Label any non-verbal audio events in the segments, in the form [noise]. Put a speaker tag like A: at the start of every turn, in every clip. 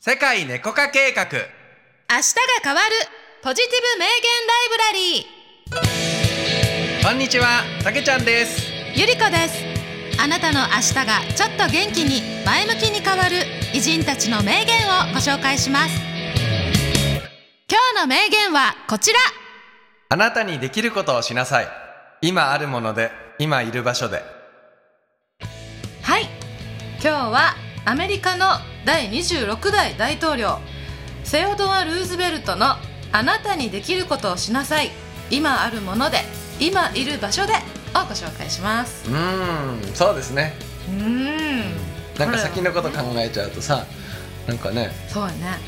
A: 世界猫化計画
B: 明日が変わるポジティブ名言ライブラリー
A: こんにちはたけちゃんです
B: ゆりこですあなたの明日がちょっと元気に前向きに変わる偉人たちの名言をご紹介します今日の名言はこちら
A: あなたにできることをしなさい今あるもので今いる場所で
B: はい今日はアメリカの第26代大統領セオドア・ルーズベルトの「あなたにできることをしなさい今あるもので今いる場所で」をご紹介します
A: うーんそうですね
B: うーん
A: なんか先のこと考
B: これはね
A: えちゃうとさなんかね、
B: そうやね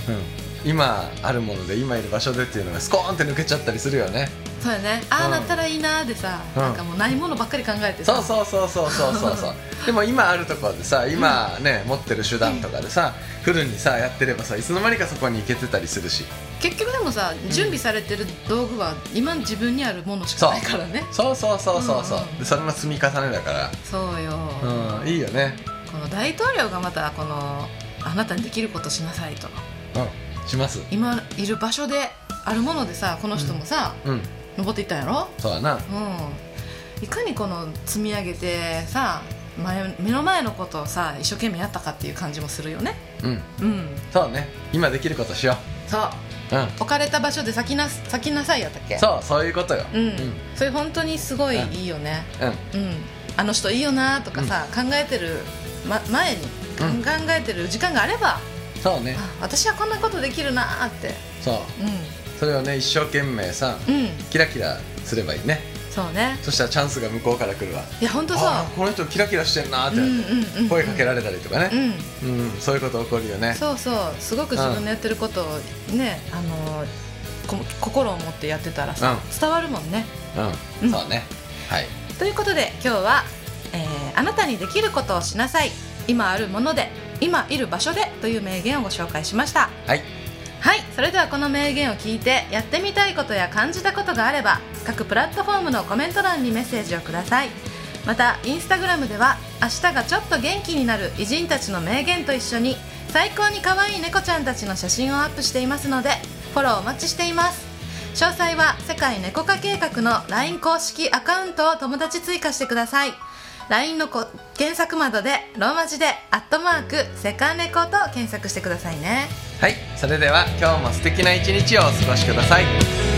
A: うん、今あるもので今いる場所でっていうのがスコーンって抜けちゃったりするよね
B: そうやねあ
A: う
B: あ
A: ん
B: なったらいいなーでさ、
A: うん
B: なんかもうないものばっかり考えてさ
A: そうそうそうそうそうそう [laughs] そうでも今あるところでさ今ね、持ってる手段とかでさフルにさやってればさいつの間にかそこに行けてたりするし
B: 結局でもさ準備されてる道具は今の自分にあるものしかないからね
A: そうそうそうそうそう、
B: うんうん
A: でそれの積み重ねだか
B: そうよ、
A: ら、うん、いいよね、
B: この大統領がまたこのあなたにできることしなさいと
A: うん、します
B: 今いる場所であるものでさこの人もさ、
A: うん
B: 登っていったんやろ
A: そうだな
B: うんいかにこの積み上げてさ前目の前のことをさ一生懸命やったかっていう感じもするよね
A: うん
B: うん
A: そうね今できることしよ
B: そう
A: ううん
B: 置かれた場所で咲きな咲きなさいやったっけ
A: そうそういうことよ
B: うん、
A: うん
B: それ本当にすごい
A: うん
B: いいよね、
A: うん
B: うんあの人いいよなとかさ、考えてる、ま、前に、
A: うん
B: 考えてる時間があれば
A: そうね
B: あ私はこんなことできるなって
A: そう
B: う
A: それをね一生懸命さ
B: んうん
A: キラキラすればいいね
B: そうね
A: そしたらチャンスが向こうから来るわ
B: いや本当そう
A: あーこの人キラキラしてんなーってなって、
B: うんうんうん
A: 声かけられたりとか
B: う
A: ね、
B: ん
A: うんそういうこと起こるよね
B: そうそうすごく自分のやってることをね、あのこ心を持ってやってたらさ、伝わるもんね
A: う、
B: うんん
A: そうねはい
B: ということで今日は、えーあなたにできることをしなさい今あるもので今いる場所で」という名言をご紹介しました
A: はい
B: はいそれではこの名言を聞いてやってみたいことや感じたことがあれば各プラットフォームのコメント欄にメッセージをくださいまたインスタグラムでは明日がちょっと元気になる偉人たちの名言と一緒に最高に可愛い猫ちゃんたちの写真をアップしていますのでフォローお待ちしています詳細は世界猫化計画の LINE 公式アカウントを友達追加してください LINE のこ検索窓でローマ字で「アットマークセカネコ」と検索してくださいね
A: はいそれでは今日も素敵な一日をお過ごしください